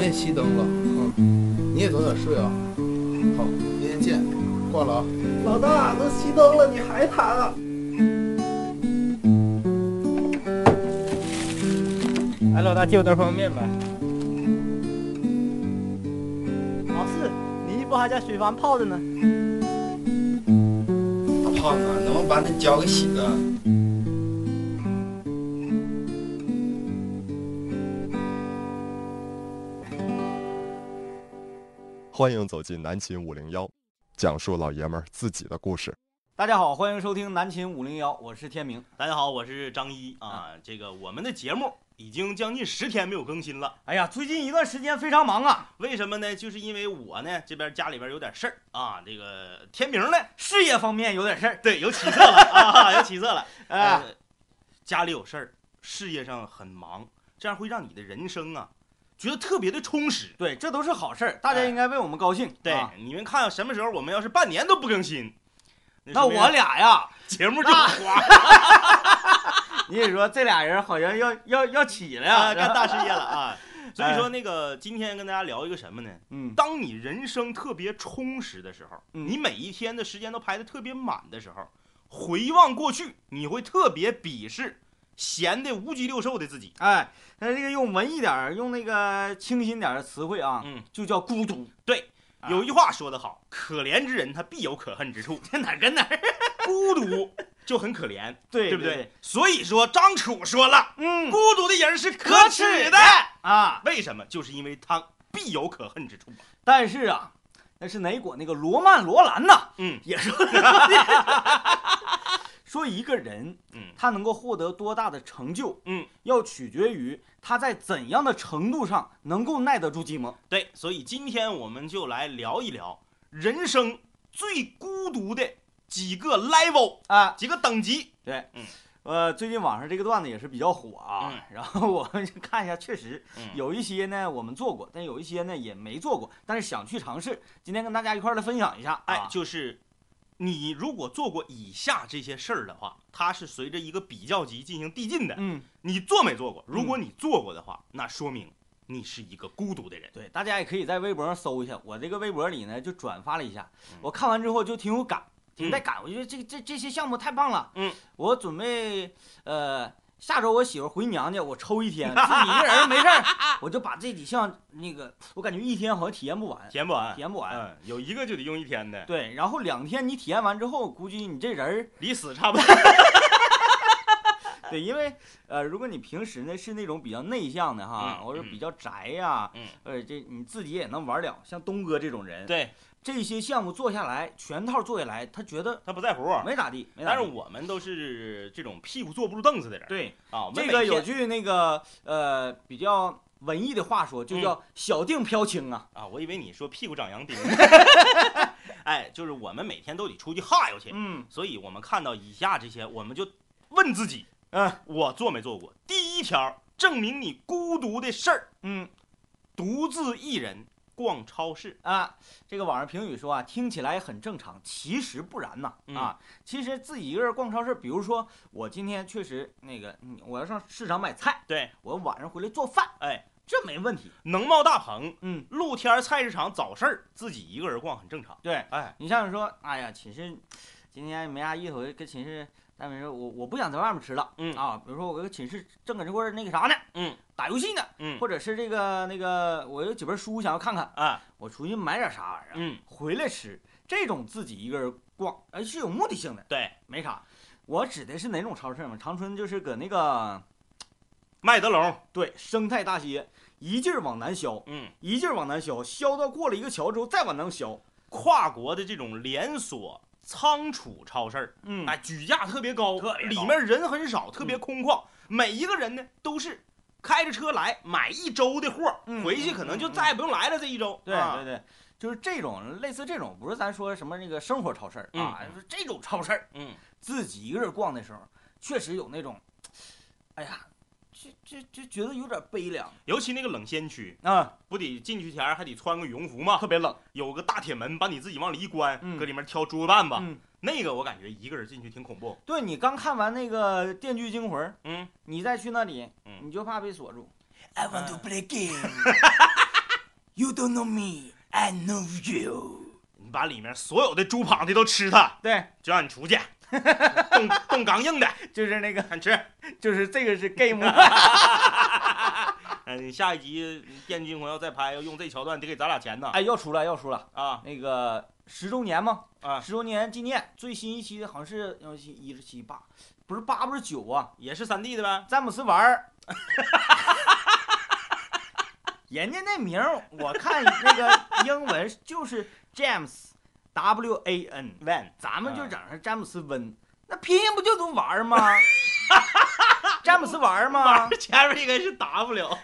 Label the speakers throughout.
Speaker 1: 先熄灯了，嗯，你也早点睡啊。好，明天见，挂了啊。
Speaker 2: 老大，都熄灯了，你还谈啊？
Speaker 3: 哎，老大借我袋方便面呗。
Speaker 2: 老四，你衣服还在水房泡着呢。
Speaker 4: 大胖子，能不能把那脚给洗了？
Speaker 5: 欢迎走进南秦五零幺，讲述老爷们儿自己的故事。
Speaker 6: 大家好，欢迎收听南秦五零幺，我是天明。
Speaker 7: 大家好，我是张一啊。这个我们的节目已经将近十天没有更新了。
Speaker 6: 哎呀，最近一段时间非常忙啊，
Speaker 7: 为什么呢？就是因为我呢这边家里边有点事儿啊，这个天明呢，
Speaker 6: 事业方面有点事儿。
Speaker 7: 对，有起色了 啊，有起色了。
Speaker 6: 哎，
Speaker 7: 呃，家里有事儿，事业上很忙，这样会让你的人生啊，觉得特别的充实。
Speaker 6: 对，这都是好事儿，大家
Speaker 7: 哎
Speaker 6: 应该为我们高兴。
Speaker 7: 对，
Speaker 6: 啊
Speaker 7: 你们看什么时候我们要是半年都不更新，
Speaker 6: 那我啊俩 呀，
Speaker 7: 节目就垮
Speaker 6: 你也说这俩人好像要要要起来
Speaker 7: 啊，
Speaker 6: 啊，
Speaker 7: 干
Speaker 6: 是吧
Speaker 7: 大事业了 啊。
Speaker 6: 哎
Speaker 7: 所以说那个今天跟大家聊一个什么呢？
Speaker 6: 嗯，
Speaker 7: 当你人生特别充实的时候，
Speaker 6: 嗯
Speaker 7: 你每一天的时间都排得特别满的时候，回望过去，你会特别鄙视闲的无鸡六兽的自己。
Speaker 6: 哎，那这个用文艺点儿，用那个清新点儿的词汇啊，
Speaker 7: 嗯，
Speaker 6: 就叫孤独。啊
Speaker 7: 有一句话说得好，可怜之人他必有可恨之处，
Speaker 6: 这哪儿跟哪儿？
Speaker 7: 孤独就很可怜，
Speaker 6: 对
Speaker 7: 对
Speaker 6: 不
Speaker 7: 不？所以说张楚说了，
Speaker 6: 嗯
Speaker 7: 孤独的人是
Speaker 6: 可
Speaker 7: 可
Speaker 6: 耻
Speaker 7: 耻
Speaker 6: 的
Speaker 7: 的，
Speaker 6: 啊，
Speaker 7: 为什么？就是因为他必有可恨之处。
Speaker 6: 但是啊，那是哪国那个罗曼罗兰呐，
Speaker 7: 嗯
Speaker 6: 也说说一个人
Speaker 7: 嗯
Speaker 6: 他能够获得多大的成就，
Speaker 7: 嗯，
Speaker 6: 要取决于他在怎样的程度上能够耐得住寂寞。
Speaker 7: 对，所以今天我们就来聊一聊人生最孤独的几个 level，
Speaker 6: 啊，
Speaker 7: 几个等级。
Speaker 6: 呃，最近网上这个段子也是比较火啊，
Speaker 7: 嗯
Speaker 6: 然后我们就看一下，确实
Speaker 7: 嗯
Speaker 6: 有一些呢我们做过，但有一些呢也没做过，但是想去尝试。今天跟大家一块儿来分享一下，
Speaker 7: 哎
Speaker 6: 啊，
Speaker 7: 就是你如果做过以下这些事儿的话，它是随着一个比较级进行递进的。
Speaker 6: 嗯，
Speaker 7: 你做没做过？如果你做过的话，那说明你是一个孤独的人。
Speaker 6: 对，大家也可以在微博上搜一下，我这个微博里呢就转发了一下
Speaker 7: 嗯，
Speaker 6: 我看完之后就挺有感，挺带感，我觉得这这这些项目太棒了，
Speaker 7: 嗯，
Speaker 6: 我准备呃下周我媳妇回娘家，我抽一天，自己一个人没事 儿，我就把这几项那个，我感觉一天好像体验不 完，
Speaker 7: 填不完
Speaker 6: 体，验不完。
Speaker 7: 嗯，有一个就得用一天的，
Speaker 6: 对，然后两天你体验完之后，估计你这人儿
Speaker 7: 离死差不多。
Speaker 6: 对，因为呃，如果你平时呢是那种比较内向的哈，
Speaker 7: 嗯
Speaker 6: 或者
Speaker 7: 嗯
Speaker 6: 比较宅呀、
Speaker 7: 嗯
Speaker 6: 呃，这你自己也能玩了。像东哥这种人，
Speaker 7: 对
Speaker 6: 这些项目做下来，全套做下来，他觉得
Speaker 7: 他不在乎，啊
Speaker 6: 没咋地，没咋
Speaker 7: 但是
Speaker 6: 地。
Speaker 7: 我们都是这种屁股坐不住凳子的人
Speaker 6: 对
Speaker 7: 啊。我们
Speaker 6: 这
Speaker 7: 每
Speaker 6: 个有
Speaker 7: 天
Speaker 6: 句那个呃比较文艺的话说，就
Speaker 7: 嗯
Speaker 6: 叫“小定飘轻”啊。
Speaker 7: 啊，我以为你说屁股长洋钉。 哎，就是我们每天都得出去哈悠去，
Speaker 6: 嗯
Speaker 7: 所以我们看到以下这些，我们就问自己，
Speaker 6: 嗯
Speaker 7: 我做没做过？第一条，证明你孤独的事儿，
Speaker 6: 嗯
Speaker 7: 独自一人逛超市。
Speaker 6: 啊，这个网上评语说啊，听起来很正常，其实不然呐、
Speaker 7: 嗯
Speaker 6: 啊，其实自己一个人逛超市，比如说我今天确实那个，嗯我要上市场买菜，
Speaker 7: 对，
Speaker 6: 我晚上回来做饭，
Speaker 7: 哎，
Speaker 6: 这没问题。
Speaker 7: 能冒大棚，
Speaker 6: 嗯，
Speaker 7: 露天菜市场早市儿，自己一个人逛很正常。
Speaker 6: 对
Speaker 7: 哎，
Speaker 6: 你像是说，哎呀，寝室今天没啥意思，我就跟寝室大明说，我我不想在外面吃了，
Speaker 7: 嗯
Speaker 6: 啊，比如说我跟寝室正搁这块儿那个啥呢，
Speaker 7: 嗯，
Speaker 6: 打游戏呢，
Speaker 7: 嗯
Speaker 6: 或者是这个那个，我有几本书想要看看，
Speaker 7: 啊，
Speaker 6: 我出去买点啥玩意儿，啊
Speaker 7: 嗯，
Speaker 6: 回来吃，这种自己一个人逛，哎，是有目的性的，
Speaker 7: 对，
Speaker 6: 没啥。我指的是哪种超市嘛？长春就是搁那个
Speaker 7: 麦德龙，
Speaker 6: 对生态大街一劲儿往南削，
Speaker 7: 嗯，
Speaker 6: 一劲儿往南削，削到过了一个桥之后再往南削。
Speaker 7: 跨国的这种连锁仓储超市儿，
Speaker 6: 嗯
Speaker 7: 哎，举价特别高，
Speaker 6: 特别高嗯
Speaker 7: 里面人很少，特别空旷，每一个人呢都是开着车来买一周的货，
Speaker 6: 嗯
Speaker 7: 回去可能就再也不用来了这一周。
Speaker 6: 对
Speaker 7: 啊
Speaker 6: 对对，就是这种类似这种，不是咱说什么那个生活超市儿
Speaker 7: 嗯
Speaker 6: 啊，就是这种超市儿，
Speaker 7: 嗯，
Speaker 6: 自己一个人逛的时候，确实有那种，哎呀，就就就觉得有点悲凉
Speaker 7: 尤其那个冷鲜区，
Speaker 6: 啊，
Speaker 7: 不得进去前儿还得穿个羽绒服吗？
Speaker 6: 特别冷。
Speaker 7: 有个大铁门把你自己往里一关，
Speaker 6: 嗯
Speaker 7: 搁里面挑桌子bàn吧。
Speaker 6: 嗯，
Speaker 7: 那个我感觉一个人进去挺恐怖。
Speaker 6: 对你刚看完那个《电锯惊魂》，
Speaker 7: 嗯，
Speaker 6: 你再去那里，
Speaker 7: 嗯
Speaker 6: 你就怕被锁住。嗯
Speaker 2: I want to play game。
Speaker 6: You don't know me, I know you。
Speaker 7: 你把里面所有的猪膀子都吃它，
Speaker 6: 对，
Speaker 7: 就让 你出去，冻冻刚硬的，
Speaker 6: 就是那个，
Speaker 7: 敢吃。
Speaker 6: 就是这个是 game。
Speaker 7: 嗯，下一集《电锯惊魂》要再拍，要用这桥段得给咱俩钱呢。
Speaker 6: 哎，要出了，要出了。
Speaker 7: 啊，
Speaker 6: 那个十周年嘛，
Speaker 7: 啊
Speaker 6: 十周年纪念，最新一期好像是要是一十七八，不是八不是九啊，
Speaker 7: 也是三 D 的 呗。
Speaker 6: 詹姆斯玩儿。人家那名儿，我看那个英文就是 James W A N，
Speaker 7: Van，
Speaker 6: 咱们就整成詹姆斯温，那拼音不就读玩儿吗？ 詹姆斯玩儿吗
Speaker 7: 前面应该是 W。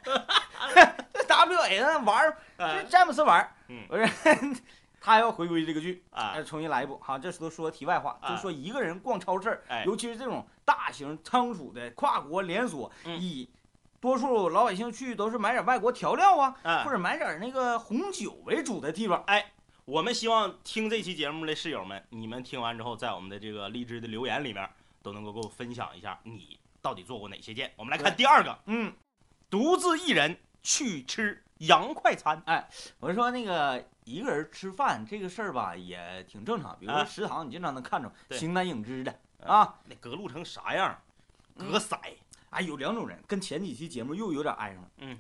Speaker 6: ？W A N 玩儿，这
Speaker 7: 哎
Speaker 6: 是詹姆斯玩儿
Speaker 7: 嗯。
Speaker 6: 不是， 他要回归这个剧，
Speaker 7: 啊
Speaker 6: 哎，重新来一部。好，这都说题外话，
Speaker 7: 啊
Speaker 6: 就是说一个人逛超市儿，
Speaker 7: 哎
Speaker 6: 尤其是这种大型仓储的跨国连锁，
Speaker 7: 嗯
Speaker 6: 以多数老百姓去都是买点外国调料啊，
Speaker 7: 哎
Speaker 6: 或，者买点那个红酒为主的地方。哎，
Speaker 7: 我们希望听这期节目的室友们，你们听完之后，在我们的这个荔枝的留言里面，都能够给我分享一下你到底做过哪些件。我们来看
Speaker 6: 对
Speaker 7: 第二个，
Speaker 6: 嗯，
Speaker 7: 独自一人去吃洋快餐。
Speaker 6: 我说那个一个人吃饭这个事儿吧，也挺正常。比如说
Speaker 7: 啊
Speaker 6: 食堂，你经常能看着
Speaker 7: 对
Speaker 6: 形单影只的
Speaker 7: 啊
Speaker 6: 啊。
Speaker 7: 那隔路成啥样？
Speaker 6: 嗯
Speaker 7: 隔色
Speaker 6: 哎，有两种人，跟前几期节目又有点挨上了。
Speaker 7: 嗯，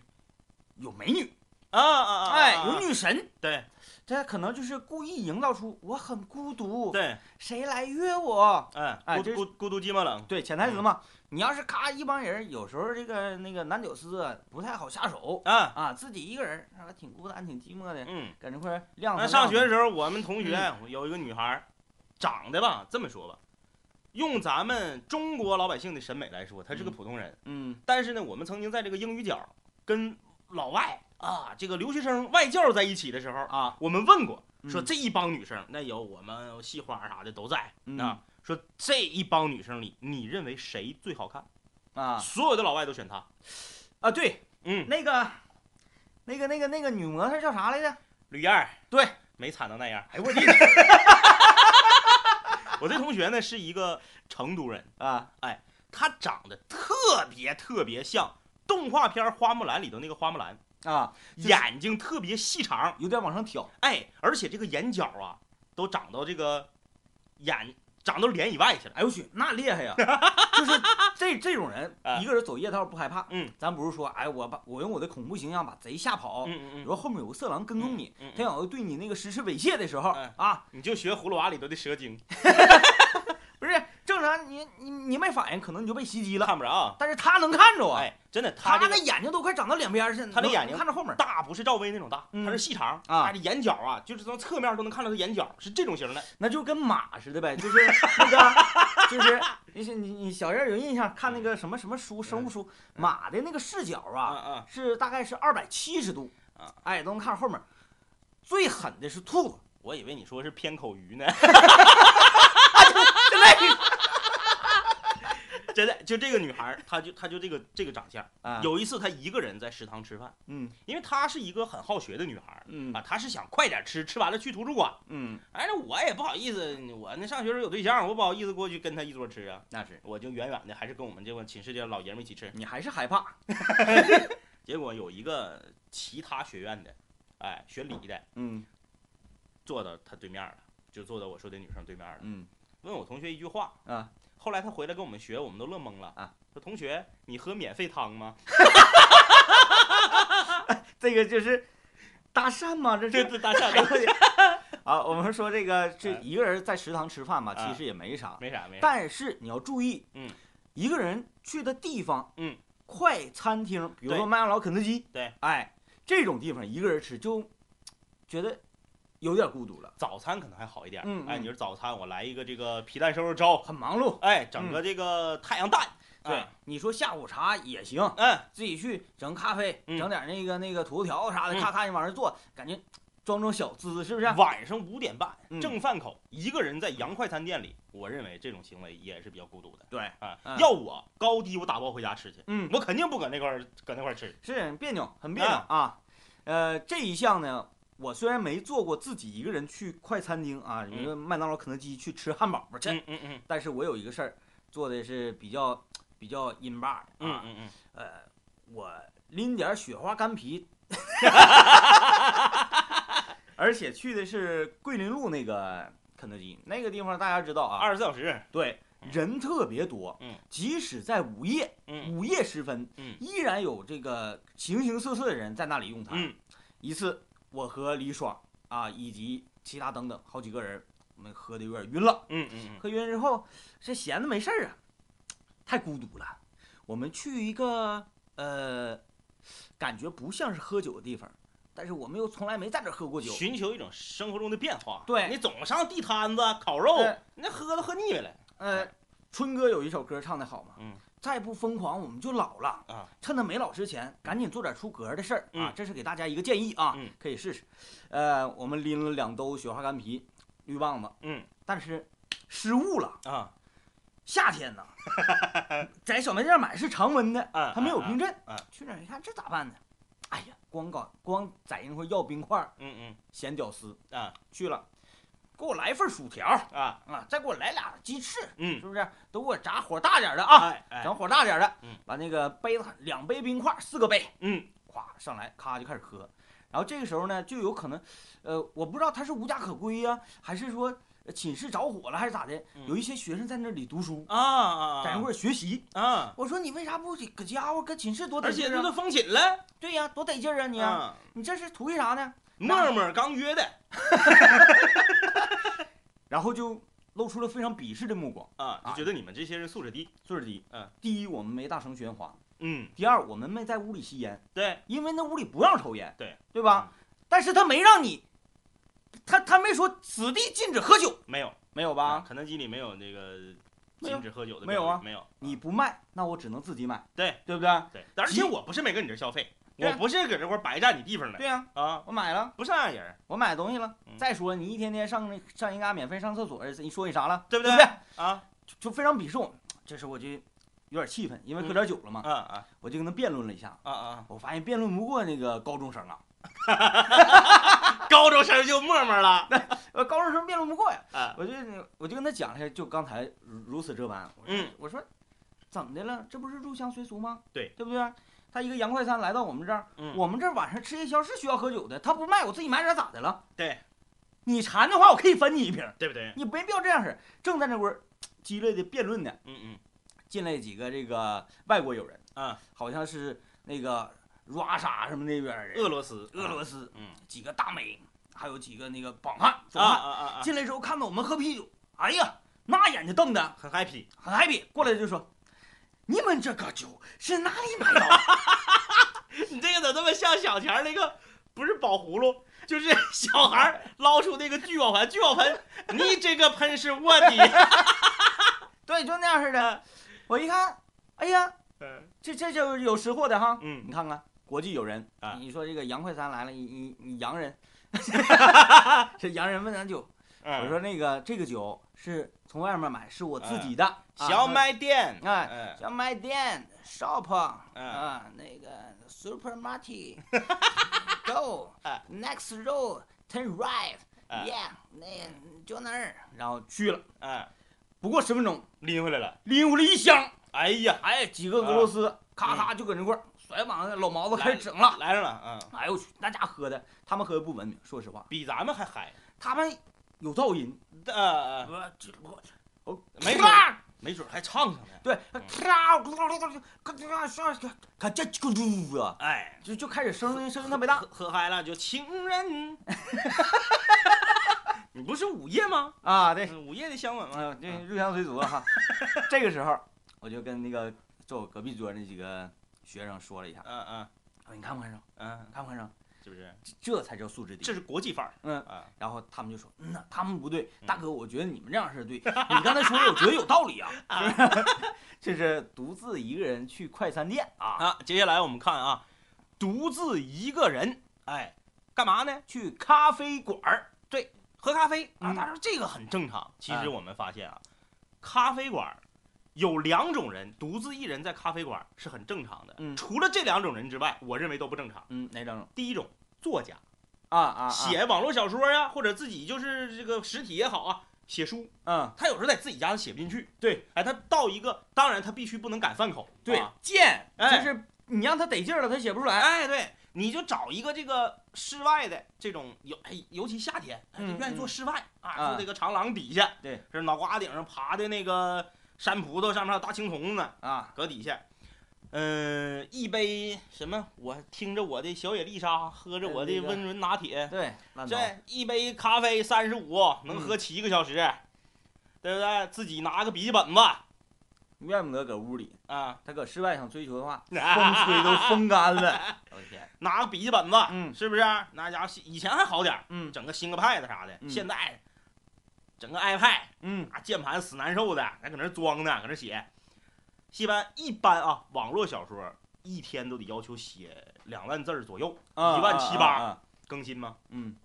Speaker 6: 有美女，
Speaker 7: 啊啊啊！
Speaker 6: 哎，有女神，
Speaker 7: 对
Speaker 6: 这可能就是故意营造出我很孤独，
Speaker 7: 对，
Speaker 6: 谁来约我？嗯
Speaker 7: 嗯，
Speaker 6: 哦哎
Speaker 7: 孤
Speaker 6: 这是
Speaker 7: 孤孤独寂寞冷。
Speaker 6: 对，潜台词嘛。你要是咔一帮人，有时候这个那个男屌丝啊不太好下手
Speaker 7: 啊，
Speaker 6: 啊，自己一个人啊挺孤单、挺寂寞的，
Speaker 7: 嗯。
Speaker 6: 搁那块儿晾
Speaker 7: 那
Speaker 6: 着。
Speaker 7: 上学的
Speaker 6: 晾着
Speaker 7: 时候，我们同学
Speaker 6: 嗯
Speaker 7: 有一个女孩儿，长得吧，这么说吧，用咱们中国老百姓的审美来说，她是个
Speaker 6: 嗯
Speaker 7: 普通人。
Speaker 6: 嗯
Speaker 7: 但是呢，我们曾经在这个英语角跟老外啊，这个留学生外教在一起的时候，
Speaker 6: 啊，
Speaker 7: 我们问过，说
Speaker 6: 嗯
Speaker 7: 这一帮女生，那有我们系花啥的都在
Speaker 6: 嗯
Speaker 7: 啊。说这一帮女生里，你认为谁最好看？
Speaker 6: 啊
Speaker 7: 所有的老外都选她。
Speaker 6: 啊，对，
Speaker 7: 嗯，
Speaker 6: 那个那个那个那个女模特叫啥来着？
Speaker 7: 吕燕儿
Speaker 6: 对，
Speaker 7: 没惨到那样。
Speaker 6: 哎我 去
Speaker 7: 我这同学呢是一个成都人。
Speaker 6: 啊
Speaker 7: 她长得特别特别像动画片《花木兰》里头那个花木兰，
Speaker 6: 啊，就是
Speaker 7: 眼睛特别细长，
Speaker 6: 有点往上挑，
Speaker 7: 哎，而且这个眼角啊，都长到这个眼长到脸以外去了。
Speaker 6: 哎呦我去，那厉害 呀！就是这这种人
Speaker 7: 啊，
Speaker 6: 一个人走夜道不害怕。
Speaker 7: 嗯，
Speaker 6: 咱不是说，哎，我把我用我的恐怖形象把贼吓跑，
Speaker 7: 嗯嗯
Speaker 6: 然，后后面有个色狼跟踪你，
Speaker 7: 嗯，
Speaker 6: 他想要对你那个实施猥亵的时候
Speaker 7: 嗯
Speaker 6: 啊，
Speaker 7: 你就学葫芦娃里头的蛇精，
Speaker 6: 不是正常你你你没反应，可能你就被袭击了，
Speaker 7: 看不着啊。
Speaker 6: 但是他能看着啊，
Speaker 7: 哎，真的，
Speaker 6: 他
Speaker 7: 她这
Speaker 6: 那
Speaker 7: 个
Speaker 6: 眼睛都快长到脸边儿去，
Speaker 7: 他那
Speaker 6: 能
Speaker 7: 眼睛
Speaker 6: 看着后面。
Speaker 7: 大不是赵薇那种大，
Speaker 6: 嗯
Speaker 7: 她是细长
Speaker 6: 啊
Speaker 7: 她这眼角啊，就是从侧面都能看到她眼角是这种型的。
Speaker 6: 那就跟马似的呗， 就是那个，就是你是你你小燕有印象看那个什么什么书生物书，马的那个视角
Speaker 7: 啊
Speaker 6: 啊
Speaker 7: 啊
Speaker 6: 是大概是二百七十度
Speaker 7: 啊，
Speaker 6: 哎都能看后面。最狠的是兔子，
Speaker 7: 我以为你说是偏口鱼呢。真的，就这个女孩儿，她就她就这个这个长相。
Speaker 6: 啊
Speaker 7: 有一次，她一个人在食堂吃饭，
Speaker 6: 嗯
Speaker 7: 因为她是一个很好学的女孩儿
Speaker 6: 嗯
Speaker 7: 啊，她是想快点吃，吃完了去图书馆。
Speaker 6: 嗯，
Speaker 7: 哎，那我也不好意思，我那上学时候有对象，我不好意思过去跟她一桌吃啊，
Speaker 6: 那是
Speaker 7: 我就远远的，还是跟我们这帮寝室这帮老爷们儿一起吃。
Speaker 6: 你还是害怕
Speaker 7: 结果有一个其他学院的，哎，学理的，
Speaker 6: 嗯
Speaker 7: 坐到她对面了，就坐到我说的女生对面了。
Speaker 6: 嗯
Speaker 7: 问我同学一句话
Speaker 6: 啊，
Speaker 7: 后来他回来跟我们学，我们都乐懵了
Speaker 6: 啊。
Speaker 7: 说同学，你喝免费汤 吗？
Speaker 6: 这个就是搭讪嘛，这
Speaker 7: 这
Speaker 6: 是
Speaker 7: 这大傻大
Speaker 6: 啊，我们说这个这
Speaker 7: 啊
Speaker 6: 一个人在食堂吃饭嘛，
Speaker 7: 啊
Speaker 6: 其实也没啥，
Speaker 7: 没啥没啥。
Speaker 6: 但是你要注意，
Speaker 7: 嗯，
Speaker 6: 一个人去的地方，
Speaker 7: 嗯，
Speaker 6: 快餐厅，比如说
Speaker 7: 对
Speaker 6: 麦当劳、肯德基，
Speaker 7: 对，
Speaker 6: 哎，这种地方一个人吃就觉得有点孤独了，
Speaker 7: 早餐可能还好一点，
Speaker 6: 嗯
Speaker 7: 哎，
Speaker 6: 嗯
Speaker 7: 你说早餐我来一个这个皮蛋瘦肉粥，
Speaker 6: 很忙碌。
Speaker 7: 哎，整个这个太阳蛋，
Speaker 6: 嗯对
Speaker 7: 啊，
Speaker 6: 你说下午茶也行，
Speaker 7: 嗯，
Speaker 6: 自己去整咖啡，
Speaker 7: 嗯
Speaker 6: 整点那个那个土豆条啥的，
Speaker 7: 嗯
Speaker 6: 咔咔你往那坐，感觉装装小资是不是？
Speaker 7: 晚上五点半
Speaker 6: 嗯
Speaker 7: 正饭口，一个人在洋快餐店里，我认为这种行为也是比较孤独的。
Speaker 6: 对
Speaker 7: 啊
Speaker 6: 嗯，
Speaker 7: 要我高低我打包回家吃去，
Speaker 6: 嗯，
Speaker 7: 我肯定不搁那块儿搁那块儿吃。
Speaker 6: 是很别扭，很别扭
Speaker 7: 啊
Speaker 6: 啊。呃，这一项呢，我虽然没做过自己一个人去快餐厅啊，比如说麦当劳、肯德基去吃汉堡去，
Speaker 7: 嗯嗯嗯
Speaker 6: 但是我有一个事儿做的是比较比较阴霸的
Speaker 7: 嗯
Speaker 6: 啊，
Speaker 7: 嗯嗯
Speaker 6: 呃，我拎点雪花干啤 而且去的是桂林路那个肯德基，那个地方大家知道啊，
Speaker 7: 二十四小时，
Speaker 6: 对，
Speaker 7: 嗯
Speaker 6: 人特别多，
Speaker 7: 嗯
Speaker 6: 即使在午夜，
Speaker 7: 嗯
Speaker 6: 午夜时分，
Speaker 7: 嗯
Speaker 6: 依然有这个形形色色的人在那里用餐。
Speaker 7: 嗯
Speaker 6: 一次，我和李爽啊，以及其他等等好几个人，我们喝的有点晕了。
Speaker 7: 嗯嗯
Speaker 6: 喝晕之后，这闲着没事儿啊，太孤独了。我们去一个呃，感觉不像是喝酒的地方，但是我们又从来没在这儿喝过
Speaker 7: 嗯，
Speaker 6: 酒。
Speaker 7: 寻求一种生活中的变化。
Speaker 6: 对
Speaker 7: 你总上地摊子烤肉
Speaker 6: 对，
Speaker 7: 那喝都喝腻了。
Speaker 6: 呃，春哥有一首歌唱的好嘛，
Speaker 7: 哎嗯，
Speaker 6: 再不疯狂我们就老了
Speaker 7: 啊！
Speaker 6: 趁他没老之前，赶紧做点出格的事儿啊
Speaker 7: 嗯！
Speaker 6: 这是给大家一个建议啊
Speaker 7: 嗯，
Speaker 6: 可以试试。呃，我们拎了两兜雪花干啤、绿棒子，
Speaker 7: 嗯，
Speaker 6: 但是失误了。
Speaker 7: 啊
Speaker 6: 夏天呢， 在小卖店买是常温的，
Speaker 7: 啊，
Speaker 6: 它没有冰镇
Speaker 7: 啊啊。
Speaker 6: 去那儿一看，这咋办呢？哎呀，光搞光在那块要冰块儿，
Speaker 7: 嗯
Speaker 6: 嫌屌丝
Speaker 7: 嗯啊
Speaker 6: 去了，给我来份薯条
Speaker 7: 啊
Speaker 6: 啊，再给我来俩鸡翅，
Speaker 7: 嗯
Speaker 6: 是不是？都给我炸火大点儿的啊！
Speaker 7: 哎哎
Speaker 6: 整火大点儿的
Speaker 7: 嗯，
Speaker 6: 把那个杯子两杯冰块儿四个杯，
Speaker 7: 嗯
Speaker 6: 咵上来，咔就开始喝。然后这个时候呢，就有可能，呃，我不知道他是无家可归呀、还是说呃寝室着火了，还是咋的？
Speaker 7: 嗯
Speaker 6: 有一些学生在那里读书，
Speaker 7: 啊啊
Speaker 6: 在那块儿学习。
Speaker 7: 啊，
Speaker 6: 我说你为啥不搁家伙搁寝室多得
Speaker 7: 而且
Speaker 6: 劲儿
Speaker 7: 这
Speaker 6: 啊？
Speaker 7: 都封寝了，
Speaker 6: 对呀、多得劲儿啊你啊！
Speaker 7: 啊，
Speaker 6: 你这是图一啥呢？
Speaker 7: 默默刚约的
Speaker 6: 然后就露出了非常鄙视的目光。
Speaker 7: 啊，
Speaker 6: 啊
Speaker 7: 就觉得你们这些人素质低。
Speaker 6: 就是第一，
Speaker 7: 嗯，
Speaker 6: 第一我们没大声喧哗，
Speaker 7: 嗯，
Speaker 6: 第二我们没在屋里吸烟，
Speaker 7: 对，
Speaker 6: 因为那屋里不让抽烟，
Speaker 7: 对
Speaker 6: 对吧？但是他没让你，他他没说此地禁止喝酒，
Speaker 7: 没有
Speaker 6: 没有
Speaker 7: 啊，
Speaker 6: 吧？
Speaker 7: 肯德基里没有那个
Speaker 6: 没有
Speaker 7: 禁止喝酒的
Speaker 6: 没有啊
Speaker 7: 标志没有。啊
Speaker 6: 你不卖，那我只能自己买，
Speaker 7: 对
Speaker 6: 对不对？
Speaker 7: 对，而且我不是没跟你这消费，
Speaker 6: 对啊
Speaker 7: 我不是搁这块白占你地方的
Speaker 6: 对呀、
Speaker 7: 啊，
Speaker 6: 我买了，
Speaker 7: 不是那样人，
Speaker 6: 我买东西了。
Speaker 7: 嗯
Speaker 6: 再说你一天天上那上人家免费上厕所，你说你啥了？
Speaker 7: 对不
Speaker 6: 对不
Speaker 7: 对
Speaker 6: 对？
Speaker 7: 啊？
Speaker 6: 就就非常鄙视我们。这时候我就有点气愤，因为喝点酒了嘛，
Speaker 7: 啊啊
Speaker 6: 我就跟他辩论了一下。
Speaker 7: 啊啊！
Speaker 6: 我发现辩论不过那个高中生啊，
Speaker 7: 高中生就默默了
Speaker 6: 呃，高中生辩论不过呀。
Speaker 7: 啊，
Speaker 6: 我就我就跟他讲了一下，就刚才如如此这般。我说
Speaker 7: 嗯，
Speaker 6: 我说怎么的了？这不是入乡随俗吗？
Speaker 7: 对
Speaker 6: 对不对？他一个洋快餐来到我们这儿，
Speaker 7: 嗯
Speaker 6: 我们这儿晚上吃夜宵是需要喝酒的，他不卖，我自己买点咋的了？
Speaker 7: 对，
Speaker 6: 你馋的话，我可以分你一瓶，
Speaker 7: 对不对？
Speaker 6: 你没必要这样式儿。正在那会儿激烈的辩论呢，
Speaker 7: 嗯嗯
Speaker 6: 进来几个这个外国友人，
Speaker 7: 嗯，
Speaker 6: 好像是那个 Russia 什么那边儿人，
Speaker 7: 俄罗斯，
Speaker 6: 俄罗斯
Speaker 7: 嗯
Speaker 6: 几个大美，还有几个那个绑汉
Speaker 7: 啊
Speaker 6: 壮汉，
Speaker 7: 啊啊 啊，
Speaker 6: 进来之后看到我们喝啤酒，哎呀，那眼睛瞪的。
Speaker 7: 很 happy，
Speaker 6: 很 happy，过来就说：“你们这个酒是哪里买 的
Speaker 7: 你这个怎么那么像小钱儿那个？不是宝葫芦， 就是小孩儿捞出那个聚宝盆，聚宝盆，你这个盆是我的。？”
Speaker 6: 对，就那样似的。我一看，哎呀，这这就是有识货的哈。
Speaker 7: 嗯
Speaker 6: 你看看，国际友人
Speaker 7: 啊
Speaker 6: 你说这个洋快餐来了，你你你洋 人，这洋人问咱酒，
Speaker 7: 嗯，
Speaker 6: 我说那个这个酒是从外面买，是我自己的，啊
Speaker 7: 嗯小卖店，
Speaker 6: 哎
Speaker 7: 嗯
Speaker 6: 小卖店 shop
Speaker 7: 嗯
Speaker 6: 啊，那个 supermarket go
Speaker 7: 哎
Speaker 6: next road turn right
Speaker 7: 哎
Speaker 6: yeah 那就那儿，然后去了，
Speaker 7: 嗯，
Speaker 6: 不过十分钟
Speaker 7: 拎回来了。
Speaker 6: 拎回来一箱，
Speaker 7: 哎呀，
Speaker 6: 哎，几个俄罗斯咔咔就搁那块儿甩膀子，老毛子开始整了。
Speaker 7: 来上了，嗯，
Speaker 6: 哎呦我去，那家喝的，他们喝的不文明，说实话，
Speaker 7: 比咱们还嗨。
Speaker 6: 他们有噪音，
Speaker 7: 呃，呃
Speaker 6: 我这我
Speaker 7: 没准儿
Speaker 6: 咔
Speaker 7: 没准儿还唱上呢。
Speaker 6: 对，咔咔咔咔咔，咔这咕嘟啊，
Speaker 7: 哎，
Speaker 6: 就就开始声音声音特别大
Speaker 7: 喝喝嗨了就情人。你不是午夜吗？
Speaker 6: 啊，对，
Speaker 7: 嗯午夜的香吻吗？
Speaker 6: 哎呦，这入乡随俗了哈。这个时候，我就跟那个坐我隔壁桌那几个学生说了一下，
Speaker 7: 嗯嗯
Speaker 6: 我说你看不看上？
Speaker 7: 嗯，
Speaker 6: 看不看上？
Speaker 7: 是不是？
Speaker 6: 这这才叫素质低
Speaker 7: 这。是国际范儿。
Speaker 6: 嗯
Speaker 7: 啊，
Speaker 6: 然后他们就说，嗯呐，他们不对，
Speaker 7: 嗯
Speaker 6: 大哥，我觉得你们这样是对。你刚才说的，我觉得有道理啊。是不是 这是独自一个人去快餐店啊，
Speaker 7: 啊，接下来我们看啊，独自一个人，哎，干嘛呢？
Speaker 6: 去咖啡馆儿。
Speaker 7: 喝咖啡啊。
Speaker 6: 嗯
Speaker 7: 他说这个很正常。其
Speaker 6: 哎
Speaker 7: 实我们发现啊，咖啡馆儿有两种人独自一人在咖啡馆儿是很正常的。
Speaker 6: 嗯
Speaker 7: 除了这两种人之外，我认为都不正常。
Speaker 6: 嗯，哪两种？
Speaker 7: 第一种，作家
Speaker 6: 啊啊，啊
Speaker 7: 写网络小说呀、或者自己就是这个实体也好啊，写书，
Speaker 6: 嗯，
Speaker 7: 他有时候在自己家写不进去。
Speaker 6: 对，
Speaker 7: 哎，他到一个，当然他必须不能赶饭口。
Speaker 6: 对
Speaker 7: 啊，
Speaker 6: 贱，
Speaker 7: 哎
Speaker 6: 就是你让他得劲儿了，他写不出来。
Speaker 7: 哎，对你就找一个这个室外的这种尤哎，尤其夏天，哎
Speaker 6: 嗯
Speaker 7: 愿意坐室外啊，
Speaker 6: 啊
Speaker 7: 坐这个长廊底下，
Speaker 6: 对，
Speaker 7: 是脑瓜顶上爬的那个山葡萄，上面还有大青铜呢，
Speaker 6: 啊，
Speaker 7: 搁底下。嗯，一杯什么？我听着我的小野丽莎，喝
Speaker 6: 嗯
Speaker 7: 着我的温润拿铁，
Speaker 6: 对，烂桃
Speaker 7: 这一杯咖啡三十五，能
Speaker 6: 嗯
Speaker 7: 喝七个小时，对不对？自己拿个笔记本子
Speaker 6: 怨不得搁屋里，
Speaker 7: 啊，
Speaker 6: 他搁室外想追求的话，风
Speaker 7: 风
Speaker 6: 吹都风干 了。我的天，
Speaker 7: 拿个笔记本子，
Speaker 6: 嗯
Speaker 7: 是不是？那家伙以前还好点儿，
Speaker 6: 嗯
Speaker 7: 整个 ThinkPad 啥的，
Speaker 6: 嗯
Speaker 7: 现在整个 iPad
Speaker 6: 嗯
Speaker 7: 啊，键盘死难受的，还搁那装呢，搁那写。一般一般啊，网络小说一天都得要求写两万字儿左右，
Speaker 6: 啊
Speaker 7: 一万七
Speaker 6: 啊
Speaker 7: 八
Speaker 6: 啊啊
Speaker 7: 更新吗？
Speaker 6: 嗯，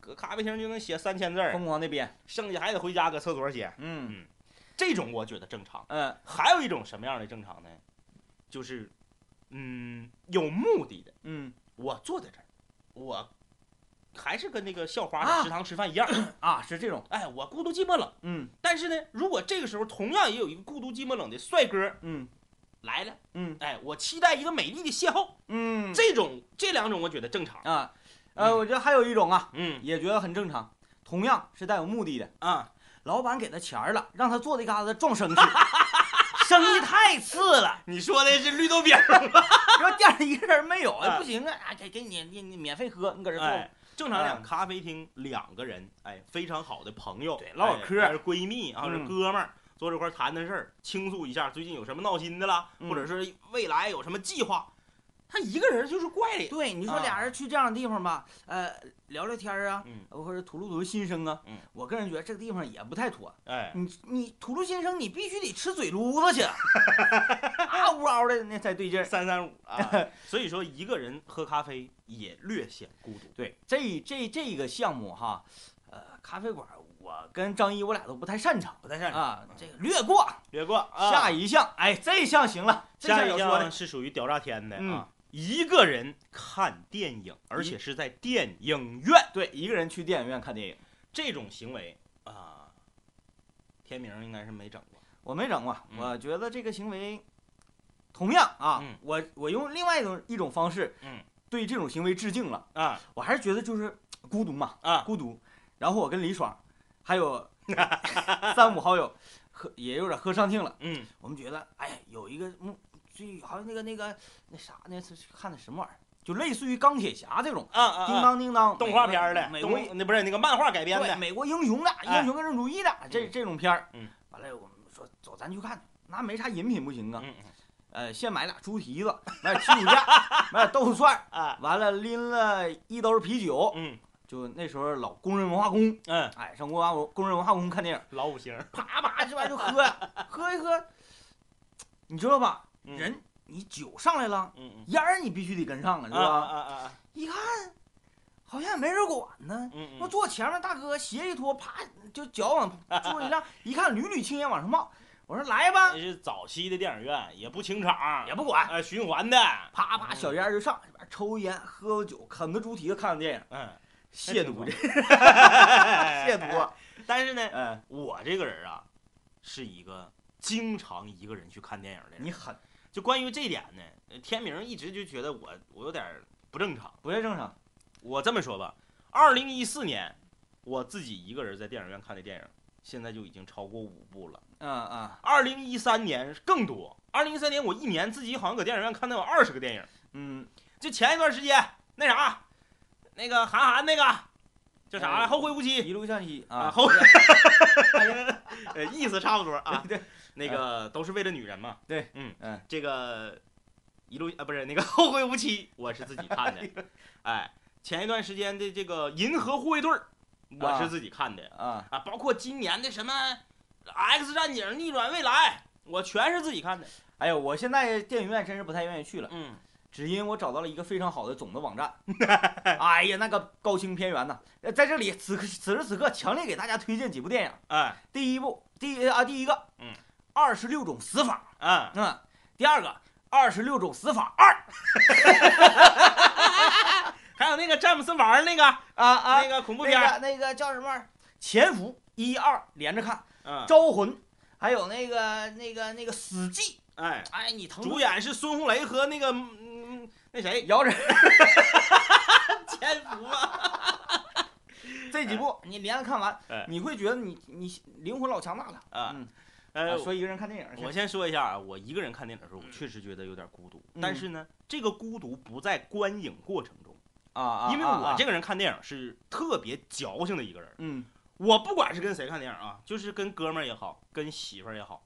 Speaker 7: 搁咖啡厅就能写三千字儿，
Speaker 6: 疯狂的编，
Speaker 7: 剩下还得回家搁厕所写。
Speaker 6: 嗯
Speaker 7: 这种我觉得正常。
Speaker 6: 嗯
Speaker 7: 还有一种什么样的正常呢？就是，嗯，有目的的。
Speaker 6: 嗯
Speaker 7: 我坐在这儿，我还是跟那个校花
Speaker 6: 啊
Speaker 7: 在食堂吃饭一样。
Speaker 6: 啊，是这种，
Speaker 7: 哎，我孤独寂寞冷。
Speaker 6: 嗯
Speaker 7: 但是呢，如果这个时候同样也有一个孤独寂寞冷的帅哥
Speaker 6: 嗯
Speaker 7: 来了，
Speaker 6: 嗯
Speaker 7: 哎，我期待一个美丽的邂逅。
Speaker 6: 嗯
Speaker 7: 这种这两种我觉得正常。
Speaker 6: 啊，呃，我觉得还有一种啊，
Speaker 7: 嗯
Speaker 6: 也觉得很正常，同样是带有目的的。
Speaker 7: 啊，
Speaker 6: 老板给他钱儿了，让他坐这嘎达撞 生去，生意太次了。
Speaker 7: 你说的是绿豆饼儿，
Speaker 6: 然后店里一个人没有，哎，
Speaker 7: 啊
Speaker 6: 不行啊，啊给给你你你免费喝，你搁这坐。
Speaker 7: 哎，正常
Speaker 6: 哎
Speaker 7: 讲，咖啡厅两个人，哎，非常好的朋友，
Speaker 6: 嗯对唠会
Speaker 7: 哎
Speaker 6: 嗑
Speaker 7: 还是闺蜜啊，
Speaker 6: 嗯
Speaker 7: 或者哥们儿。坐这块儿谈谈事儿，倾诉一下最近有什么闹心的啦，
Speaker 6: 嗯
Speaker 7: 或者是未来有什么计划。他一个人就是怪的，
Speaker 6: 对，你说
Speaker 7: 啊
Speaker 6: 俩人去这样的地方吧，呃，聊聊天儿啊，
Speaker 7: 嗯
Speaker 6: 或者吐露吐露心声啊。
Speaker 7: 嗯
Speaker 6: 我个人觉得这个地方也不太妥。
Speaker 7: 哎，
Speaker 6: 你你吐露心声，你必须得吃嘴撸 子去，啊呜嗷的那才对劲儿。
Speaker 7: 三三五啊。 所以说，一个人喝咖啡也略显孤独。
Speaker 6: 对，这这这个项目哈，呃，咖啡馆儿我跟张一我俩都不太擅长
Speaker 7: 不太擅长，
Speaker 6: 啊，这个略过。
Speaker 7: 别过嗯啊。
Speaker 6: 下一项，哎，这一项行了，这
Speaker 7: 下
Speaker 6: 要
Speaker 7: 一
Speaker 6: 说的
Speaker 7: 项是属于屌炸天的
Speaker 6: 嗯
Speaker 7: 啊！一个人看电影，而且是在电影院，
Speaker 6: 对，一个人去电影院看电影，
Speaker 7: 这种行为啊，天明应该是没整过。
Speaker 6: 我没整过，
Speaker 7: 嗯
Speaker 6: 我觉得这个行为，同样啊，
Speaker 7: 嗯
Speaker 6: 我我用另外一种一种方式，
Speaker 7: 嗯，
Speaker 6: 对这种行为致敬了，
Speaker 7: 啊
Speaker 6: 我还是觉得就是孤独嘛，
Speaker 7: 啊
Speaker 6: 孤独，然后我跟李爽，还 有 三五好友，喝也有点喝上听了，
Speaker 7: 嗯
Speaker 6: 我们觉得，哎，有一个嗯，最好像那个那个那啥那是看的什么玩意儿，就类似于钢铁侠这种，
Speaker 7: 啊啊！
Speaker 6: 叮当叮当，
Speaker 7: 动画片儿的，
Speaker 6: 美国美国
Speaker 7: 动那不是那个漫画改编
Speaker 6: 对，
Speaker 7: 的，
Speaker 6: 美国英雄的、
Speaker 7: 哎
Speaker 6: 英雄个人主义的这
Speaker 7: 嗯
Speaker 6: 这种片儿。
Speaker 7: 嗯，
Speaker 6: 完了我们说走，咱去看，那没啥饮品不行啊。
Speaker 7: 嗯
Speaker 6: 呃，先买俩猪蹄子，买点鸡骨架，买点豆腐串儿，
Speaker 7: 啊
Speaker 6: 完了拎了一兜啤酒。
Speaker 7: 嗯
Speaker 6: 就那时候老工人文化宫，
Speaker 7: 嗯，
Speaker 6: 哎，上工人工人文化宫看电影，
Speaker 7: 老五星儿
Speaker 6: 啪啪这玩意儿就喝呀，喝一喝，你知道吧？
Speaker 7: 嗯
Speaker 6: 人你酒上来了，
Speaker 7: 嗯
Speaker 6: 烟儿你必须得跟上啊，
Speaker 7: 嗯
Speaker 6: 是
Speaker 7: 啊啊
Speaker 6: 吧？
Speaker 7: 啊啊啊
Speaker 6: 一看好像也没人管呢，
Speaker 7: 嗯
Speaker 6: 我
Speaker 7: 嗯
Speaker 6: 坐前面大哥鞋一脱，啪就脚往桌一亮，一看缕缕青烟往上冒。我说来吧
Speaker 7: 那，是早期的电影院，也不清场，
Speaker 6: 也不 管，
Speaker 7: 哎循环的，
Speaker 6: 啪
Speaker 7: 嗯
Speaker 6: 啪小烟儿就上，里边抽烟喝口酒，啃着猪蹄子看着电影，
Speaker 7: 嗯，
Speaker 6: 亵渎 这亵
Speaker 7: 亵
Speaker 6: 渎。啊
Speaker 7: 但是呢，
Speaker 6: 嗯，
Speaker 7: 我这个人啊，是一个经常一个人去看电影的人。
Speaker 6: 你很
Speaker 7: 就关于这一点呢，呃天明一直就觉得我我有点儿不正常。
Speaker 6: 不太正常。
Speaker 7: 我这么说吧，二零一四年我自己一个人在电影院看的电影，现在就已经超过五部了。
Speaker 6: 嗯嗯
Speaker 7: 二零一三年更多，二零一三年我一年自己好像搁电影院看能有二十个电影。
Speaker 6: 嗯，
Speaker 7: 就前一段时间那啥，那个韩寒那个叫啥来，
Speaker 6: 哎
Speaker 7: 后会无期》
Speaker 6: 一路向西
Speaker 7: 啊，
Speaker 6: 啊，
Speaker 7: 后， 呃，意思差不多 啊。
Speaker 6: 对对，
Speaker 7: 那个都是为了女人嘛。
Speaker 6: 对，
Speaker 7: 嗯
Speaker 6: 嗯，
Speaker 7: 这个一路啊，不是那个后会无期，我是自己看的。 哎，前一段时间的这个银河护卫队儿，我
Speaker 6: 啊
Speaker 7: 是自己看的
Speaker 6: 啊，
Speaker 7: 啊，包括今年的什么 X 战警、逆转未来，我全是自己看的。
Speaker 6: 哎呦，我现在电影院真是不太愿意去了，
Speaker 7: 嗯，
Speaker 6: 只因我找到了一个非常好的总的网站。 哎呀，那个高清片源呐，呃在这里此刻此时此刻，强烈给大家推荐几部电影。
Speaker 7: 哎，
Speaker 6: 第一步，第啊第一个，
Speaker 7: 嗯，
Speaker 6: 二十六种死法，
Speaker 7: 嗯，
Speaker 6: 嗯，第二个，二十六种死法二
Speaker 7: 还有那个詹姆斯王儿那个
Speaker 6: 啊啊，
Speaker 7: 那个恐怖片儿，
Speaker 6: 那个那个叫什么玩意儿？潜伏一二连着看，
Speaker 7: 嗯，
Speaker 6: 招魂，还有那个那个那个死寂，
Speaker 7: 哎，
Speaker 6: 哎，你腾出
Speaker 7: 主演是孙红雷和那个嗯那谁
Speaker 6: 摇着
Speaker 7: 潜伏啊，
Speaker 6: 这几部，你连着看完
Speaker 7: 哎，
Speaker 6: 你会觉得你你灵魂老强大了
Speaker 7: 啊
Speaker 6: 嗯
Speaker 7: 呃，
Speaker 6: 啊说嗯一个人看电影去，
Speaker 7: 我先说一下啊，我一个人看电影的时候，我确实觉得有点孤独，
Speaker 6: 嗯
Speaker 7: 但是呢，这个孤独不在观影过程中，
Speaker 6: 啊啊，
Speaker 7: 因为我这
Speaker 6: 个
Speaker 7: 个人看电影是特别矫情的一个人，
Speaker 6: 嗯
Speaker 7: 我不管是跟谁看电影啊，就是跟哥们儿也好，跟媳妇儿也好，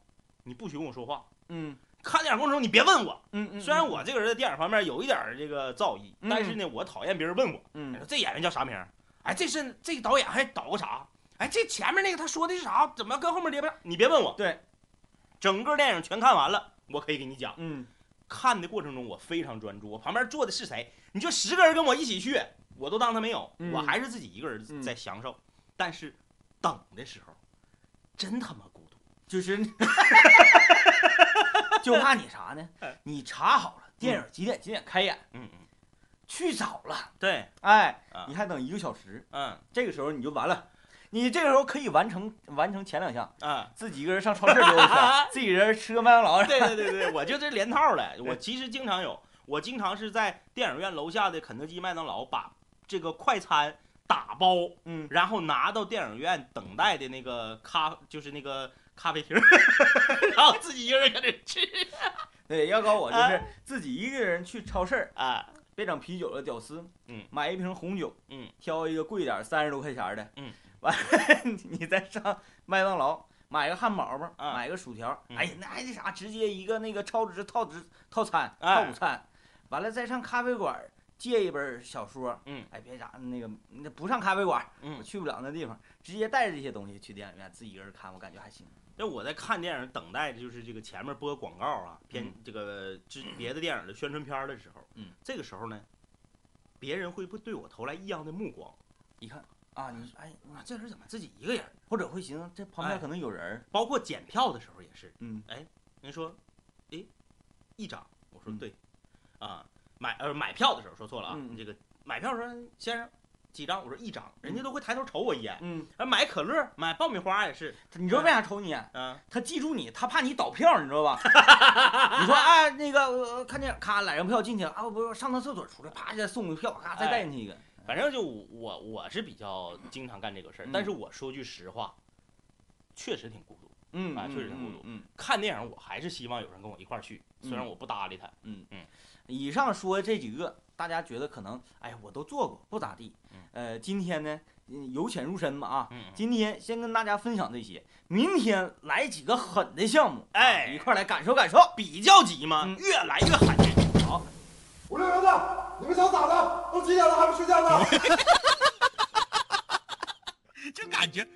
Speaker 7: 你不许跟我说话。
Speaker 6: 嗯
Speaker 7: 看电影过程中你别问我，
Speaker 6: 嗯嗯，
Speaker 7: 虽然我这个人在电影方面有一点儿这个造诣，
Speaker 6: 嗯
Speaker 7: 但是呢，我讨厌别人问我，
Speaker 6: 嗯
Speaker 7: 哎说这演员叫啥名儿？哎，这是这导演还导个啥？哎，这前面那个他说的是啥？怎么跟后面连不上？你别问我。
Speaker 6: 对，
Speaker 7: 整个电影全看完了，我可以给你讲。
Speaker 6: 嗯
Speaker 7: 看的过程中我非常专注，我旁边坐的是谁？你就十个人跟我一起去，我都当他没有，
Speaker 6: 嗯
Speaker 7: 我还是自己一个人
Speaker 6: 嗯
Speaker 7: 在享受。但是等的时候，真他妈孤独。
Speaker 6: 就是 就怕你啥呢？你查好了电影几点几点开演，
Speaker 7: 嗯嗯，
Speaker 6: 去早了，
Speaker 7: 对，
Speaker 6: 哎
Speaker 7: 啊，
Speaker 6: 你还等一个小时，
Speaker 7: 嗯
Speaker 6: 这个时候你就完了。你这个时候可以完成完成前两项，
Speaker 7: 啊，
Speaker 6: 自己一个人上超市溜达一圈， 自己一人吃个麦当劳，
Speaker 7: 对对对对，我就这连套了。我其实经常有，我经常是在电影院楼下的肯德基、麦当劳把这个快餐打包，
Speaker 6: 嗯，
Speaker 7: 然后拿到电影院等待的那个咖，就是那个咖啡厅， 然后自己一个人搁那吃
Speaker 6: 对，要搞我就
Speaker 7: 啊
Speaker 6: 是自己一个人去超市儿，
Speaker 7: 啊。
Speaker 6: 别整啤酒了，屌丝，
Speaker 7: 嗯，
Speaker 6: 买一瓶红酒，
Speaker 7: 嗯，
Speaker 6: 挑一个贵点三十多块钱儿的，
Speaker 7: 嗯，
Speaker 6: 完你再上麦当劳买个汉堡包，
Speaker 7: 啊
Speaker 6: 买个薯条，
Speaker 7: 嗯
Speaker 6: 哎呀，那还那啥，直接一个那个超值套值套餐
Speaker 7: 哎
Speaker 6: 套午餐，完了再上咖啡馆儿借一本小说，
Speaker 7: 嗯，
Speaker 6: 哎，别啥那个那不上咖啡馆儿，我
Speaker 7: 嗯，
Speaker 6: 去不了那地方，直接带着这些东西去电影院自己一个人看，我感觉还行，
Speaker 7: 那我在看电影等待的就是这个前面播广告啊，片这个之别的电影的宣传片儿的时候，
Speaker 6: 嗯，
Speaker 7: 这个时候呢，别人会不会对我投来异样的目光？
Speaker 6: 一看啊，你说哎，
Speaker 7: 啊，这人怎么自己一个人？
Speaker 6: 或者会寻思这旁边
Speaker 7: 哎
Speaker 6: 可能有人儿，
Speaker 7: 包括检票的时候也是，
Speaker 6: 嗯，
Speaker 7: 哎，人说，哎，一张，我说
Speaker 6: 嗯
Speaker 7: 对，啊，买呃买票的时候说错了啊，
Speaker 6: 嗯嗯
Speaker 7: 这个买票的时候先生几张，我说一张，人家都会抬头瞅我一眼，
Speaker 6: 嗯，
Speaker 7: 啊，买可乐买爆米花也是，
Speaker 6: 你知道为啥瞅你眼？
Speaker 7: 啊，
Speaker 6: 他记住你，他怕你倒票，你知 道吧？你说啊，那个、呃、看电影，咔揽上票进去了啊，不是上趟厕所出来，啪再送个票，咔再
Speaker 7: 哎
Speaker 6: 带进去一个。
Speaker 7: 反正就我我是比较经常干这个事儿，但是我说句实话，确实挺孤独。
Speaker 6: 嗯
Speaker 7: 啊
Speaker 6: 嗯
Speaker 7: 确实挺
Speaker 6: 嗯
Speaker 7: 孤独
Speaker 6: 嗯，
Speaker 7: 看电影我还是希望有人跟我一块儿去，虽然
Speaker 6: 嗯
Speaker 7: 我不搭理他，
Speaker 6: 以上说这几个，大家觉得可能，哎呀，我都做过，不咋地
Speaker 7: 嗯。
Speaker 6: 呃，今天呢，嗯由浅入深嘛啊，
Speaker 7: 嗯，
Speaker 6: 今天先跟大家分享这些，明天来几个狠的项目，啊
Speaker 7: 哎
Speaker 6: 一块儿来感受感受。
Speaker 7: 比较急嘛，
Speaker 6: 嗯
Speaker 7: 越来越罕见。
Speaker 8: 五六零的，你们想咋的？都几点了还不睡觉呢？
Speaker 9: 就感觉，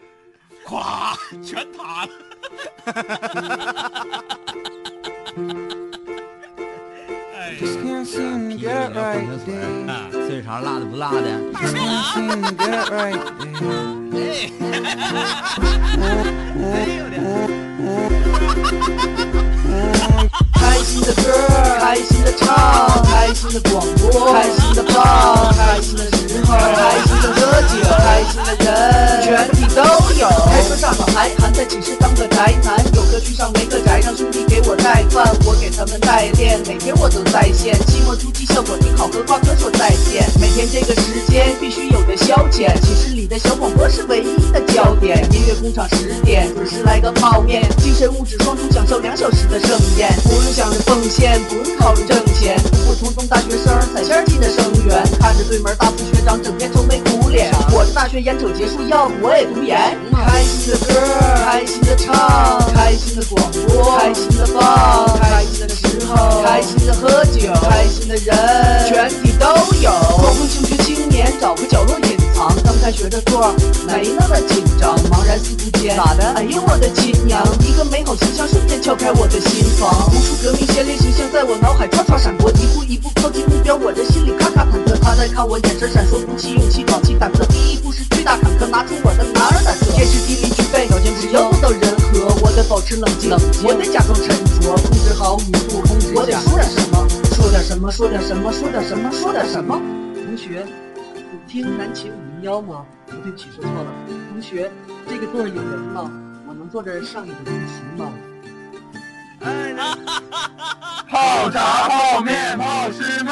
Speaker 9: 咵，全 塌了。哎呀，啊，
Speaker 2: 嘴长辣的不辣的。
Speaker 10: 开心的歌儿，开心的唱，开心的广播，开心的放，开心的时候，开心的喝酒，开心的人，全体都有。开车上老还含在寝室当个宅男，有个去上没个宅，让兄弟给我带饭，我给他们带练，每天我都在线。期末突击效果挺好，和瓜哥说再见。每天这个时间必须有的消遣，寝室里的小广播是唯一的焦点。音乐工厂十点准时来个泡面，精神物质双重享受两小时的盛宴，不用想着奉献，不用考虑挣钱，普普通通大学生彩线进的生源，看着对门大四学长整天愁眉苦脸，我的大学研整结束，要不我也读研。开心的歌，开心的唱，开心的广播，开心的放，开心的时候，开心的喝酒，开心的人，全体都有。高中求学青年找个角落隐藏，刚开学的座儿没那么紧张，茫然四顾间，咋的？哎呦我的亲娘！一个美好形象瞬间敲开我的心房，无数革命先烈形象在我脑海唰唰闪过，一步一步靠近目标，我的心里咔咔忐忑。他在看我眼神闪烁，鼓起勇气，壮起胆子，第一步是巨大坎坷，拿出我的男儿胆色，天时地利具备，条件只要做到人和，我得保持冷静，我得假装沉着，控制好语速，控制我得说点什么，说点什么，说点什么，说点什么，说点什么。同学，你听南琴五零幺吗？不对不起，说错了。同学，这个座儿有人吗？我能坐这儿上一个钢琴吗？
Speaker 9: 哈哈哈哈哈！泡茶、泡面、泡师妹。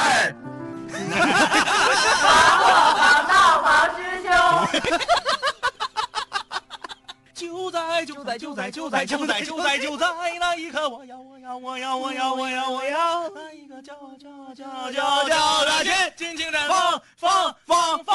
Speaker 10: 王大王师兄，
Speaker 7: 就在就在就在就在就在就在就在那一刻，我要我要我要我要我要我要那一个叫啊叫啊叫啊叫啊叫啊！尽尽情绽放放放放